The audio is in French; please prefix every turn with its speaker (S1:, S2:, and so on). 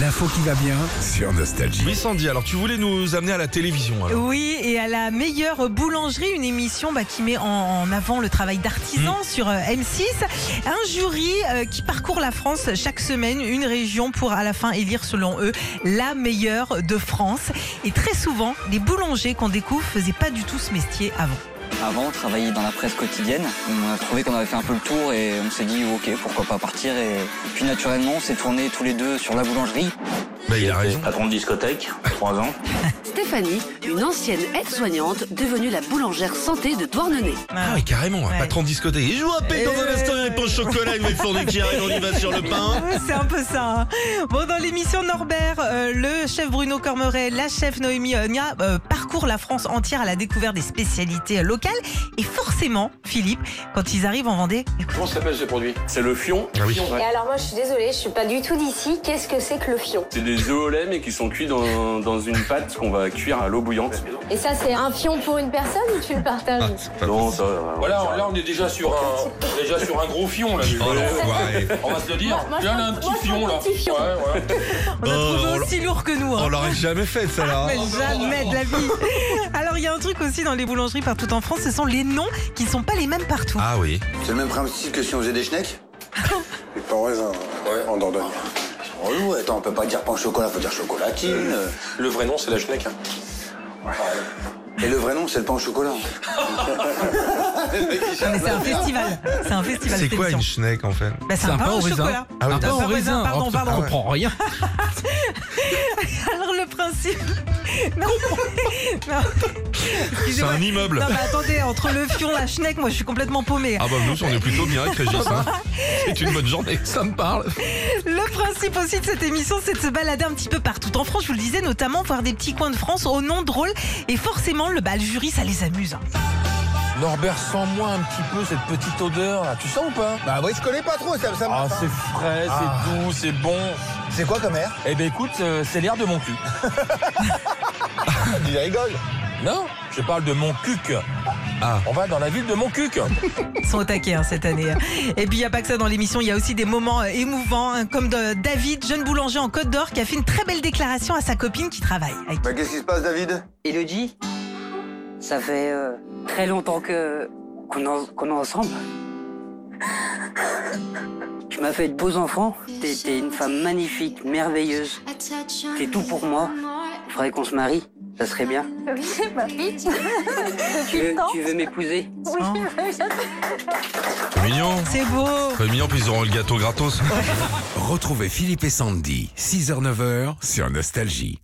S1: L'info qui va bien sur Nostalgie.
S2: Oui, Sandy, alors tu voulais nous amener à la télévision. hein. alors.
S3: Oui, et à la meilleure boulangerie, une émission bah, qui met en, en avant le travail d'artisan
S2: Mm.
S3: sur euh, M6. Un jury euh, qui parcourt la France chaque semaine, une région pour à la fin élire selon eux la meilleure de France. Et très souvent, les boulangers qu'on découvre faisaient pas du tout ce métier avant.
S4: Avant, on travaillait dans la presse quotidienne. On a trouvé qu'on avait fait un peu le tour et on s'est dit, ok, pourquoi pas partir. Et puis naturellement, on s'est tourné tous les deux sur la boulangerie.
S2: Bah, il a raison.
S5: Patron de discothèque, 3 ans.
S6: Stéphanie, une ancienne aide-soignante devenue la boulangère santé de Douarnenez.
S2: Ah oui, carrément, un
S3: Ouais.
S2: patron de discothèque. Et je vous rappelle dans un
S3: Euh.
S2: instant, il y a une poche chocolat, une fournée qui arrive, on y va sur le pain.
S3: Ouais, C'est un peu ça. hein. Bon, dans l'émission Norbert, euh, le chef Bruno Cormeret, la chef Noémie euh, Nia euh, parcourent la France entière à la découverte des spécialités euh, locales. Et forcément, Philippe, quand ils arrivent en Vendée,
S7: Comment s'appelle ce produit
S5: C'est le fion.
S2: Ah oui.
S8: Et alors moi je suis désolée, je suis pas du tout d'ici. Qu'est-ce que c'est que le fion
S5: C'est des œufs au lait mais qui sont cuits dans, dans une pâte qu'on va cuire à l'eau bouillante.
S8: Et ça c'est un fion pour une personne ou tu le partages
S2: Oh,
S5: Non, ça, euh,
S7: Voilà, on- là on est déjà sur un, déjà sur un gros fion là.
S2: Oh l'enfoiré.
S7: On va se le dire.
S8: Moi, moi,
S7: là, on a un
S8: je
S7: petit
S8: pense-
S7: fion
S8: moi,
S7: là.
S8: je pense un petit fion.
S7: Ouais, ouais.
S3: on a
S2: Oh,
S3: trouvé
S2: on l'a-
S3: aussi lourd que nous. hein.
S2: On l'aurait jamais fait, celle-là.
S3: Mais jamais de la vie. Alors il y a un truc aussi dans les boulangeries partout en France, ce sont les noms qui ne sont pas les mêmes partout.
S2: Ah oui.
S9: C'est le même principe que si on faisait des schnecks Les pains raisins, en Dordogne. Relou, Ah attends, on peut pas dire pain au chocolat, faut dire chocolatine.
S7: Le vrai nom c'est la Schneck. hein.
S9: Et le vrai nom, c'est le pain au chocolat.
S3: Mais
S2: ah,
S3: c'est un festival. C'est un festival.
S2: C'est
S3: cette
S2: quoi une
S3: émission.
S2: schneck en fait
S3: Bah, C'est un pain au chocolat.
S1: Ah oui,
S3: Un
S1: Un
S3: pain au raisin,
S1: Alors,
S3: pardon,
S1: tu
S3: pardon.
S1: comprends rien.
S3: Alors le principe. Non, non.
S2: C'est
S3: Excusez-moi.
S2: un immeuble.
S3: Non mais attendez, entre le fion, la schneck, moi je suis complètement paumée. hein.
S2: Ah bah nous, on est plutôt bien avec Régis. hein. C'est une bonne journée.
S1: Ça me parle.
S3: Le principe aussi de cette émission, c'est de se balader un petit peu partout en France, je vous le disais, notamment voir des petits coins de France au nom drôle. Et forcément, le, bah, le jury, ça les amuse. hein.
S10: Norbert, sens-moi un petit peu cette petite odeur là, tu sens ou pas
S9: Bah oui, je connais pas trop, ça, ça me-
S10: Ah, c'est frais,
S9: Ah.
S10: c'est doux, c'est bon.
S9: C'est quoi comme air
S10: Eh ben écoute, euh, c'est l'air de mon cul.
S9: Tu rigoles
S10: Non, je parle de mon cuc.
S2: Ah.
S10: On va dans la ville de mon cuc.
S3: Ils sont au taquet hein, cette année. Et puis il n'y a pas que ça dans l'émission, il y a aussi des moments euh, émouvants, hein, comme de David, jeune boulanger en Côte d'Or, qui a fait une très belle déclaration à sa copine qui travaille. avec-
S9: Bah qu'est-ce qui se passe, David
S4: Elodie, ça fait euh, très longtemps que qu'on est- qu'on est ensemble. Tu m'as fait de beaux enfants. T'es t'es une femme magnifique, merveilleuse. T'es tout pour moi. Il faudrait qu'on se marie. Ça serait bien. Tu veux, tu veux m'épouser
S3: hein.
S2: C'est mignon.
S3: C'est beau.
S2: C'est mignon, puis ils auront le gâteau gratos.
S1: Retrouvez Philippe et Sandy, 6h-9h sur Nostalgie.